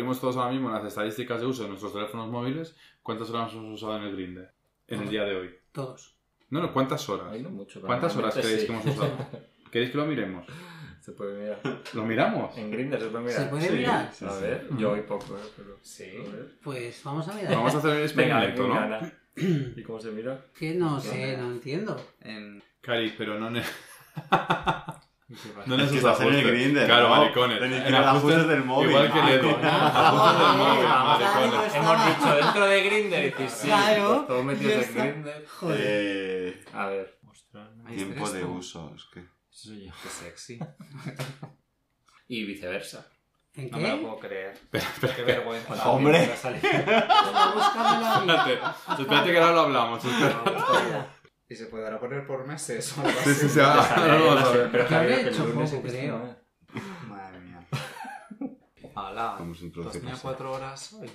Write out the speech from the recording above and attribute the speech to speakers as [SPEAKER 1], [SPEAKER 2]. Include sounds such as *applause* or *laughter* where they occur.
[SPEAKER 1] Vemos todos ahora mismo en las estadísticas de uso de nuestros teléfonos móviles cuántas horas hemos usado en el Grindr en el día de hoy.
[SPEAKER 2] Todos.
[SPEAKER 1] No, no, ¿cuántas horas?
[SPEAKER 3] Ahí no mucho.
[SPEAKER 1] ¿Cuántas horas
[SPEAKER 3] realmente
[SPEAKER 1] creéis
[SPEAKER 3] sí.
[SPEAKER 1] que hemos usado? ¿Queréis que lo miremos?
[SPEAKER 3] Se puede mirar.
[SPEAKER 1] ¿Lo miramos?
[SPEAKER 3] En Grindr se puede mirar.
[SPEAKER 2] ¿Se puede mirar?
[SPEAKER 3] A ver,
[SPEAKER 2] sí.
[SPEAKER 3] yo hoy poco, ¿eh? pero
[SPEAKER 4] Sí.
[SPEAKER 3] a ver.
[SPEAKER 2] Pues vamos a mirar.
[SPEAKER 1] Vamos a hacer el
[SPEAKER 3] Venga, a ver
[SPEAKER 1] experimento,
[SPEAKER 3] quién
[SPEAKER 1] ¿no?
[SPEAKER 3] gana. ¿Y cómo se mira?
[SPEAKER 2] Que no sé, no entiendo.
[SPEAKER 4] En...
[SPEAKER 1] Cari, pero no, ne- no
[SPEAKER 5] Es que
[SPEAKER 1] necesitas
[SPEAKER 5] estás en el
[SPEAKER 1] ajustes.
[SPEAKER 5] Grindr.
[SPEAKER 1] Claro,
[SPEAKER 5] ¿no?
[SPEAKER 1] maricones.
[SPEAKER 5] Tenéis que
[SPEAKER 1] En
[SPEAKER 5] ir a los ajustes del móvil.
[SPEAKER 1] Igual que
[SPEAKER 5] Ah,
[SPEAKER 1] Lego.
[SPEAKER 5] coño.
[SPEAKER 1] Ajustes del móvil,
[SPEAKER 2] Ah, claro,
[SPEAKER 1] maricones.
[SPEAKER 2] está-
[SPEAKER 4] Hemos dicho dentro de Grindr 16.
[SPEAKER 2] Claro.
[SPEAKER 3] Todos
[SPEAKER 2] ya
[SPEAKER 3] metidos en
[SPEAKER 2] está.
[SPEAKER 3] Grindr.
[SPEAKER 2] Joder.
[SPEAKER 5] Eh,
[SPEAKER 3] A ver,
[SPEAKER 4] Ahí
[SPEAKER 5] tiempo
[SPEAKER 4] estás
[SPEAKER 5] de
[SPEAKER 4] tú.
[SPEAKER 5] uso. Es que...
[SPEAKER 4] Soy yo.
[SPEAKER 3] qué sexy. y viceversa.
[SPEAKER 2] ¿En
[SPEAKER 4] No me lo
[SPEAKER 2] qué?
[SPEAKER 4] puedo creer. Qué vergüenza. la
[SPEAKER 5] Hombre.
[SPEAKER 4] vida que sale.
[SPEAKER 2] Pues Búscame la
[SPEAKER 4] *laughs*
[SPEAKER 2] vida.
[SPEAKER 1] Espérate, espérate que ahora lo hablamos. espera.
[SPEAKER 4] Y se podrá poner por meses. o
[SPEAKER 1] Sí, sí, sí, ahora ahora lo vamos a ver.
[SPEAKER 3] Pero
[SPEAKER 2] Yo habré
[SPEAKER 3] Javier, que el
[SPEAKER 2] hecho
[SPEAKER 3] lunes
[SPEAKER 2] poco,
[SPEAKER 3] he visto
[SPEAKER 2] creo.
[SPEAKER 3] una.
[SPEAKER 4] Madre mía. Ojalá.
[SPEAKER 5] Vamos a introducir.
[SPEAKER 4] cuatro horas hoy.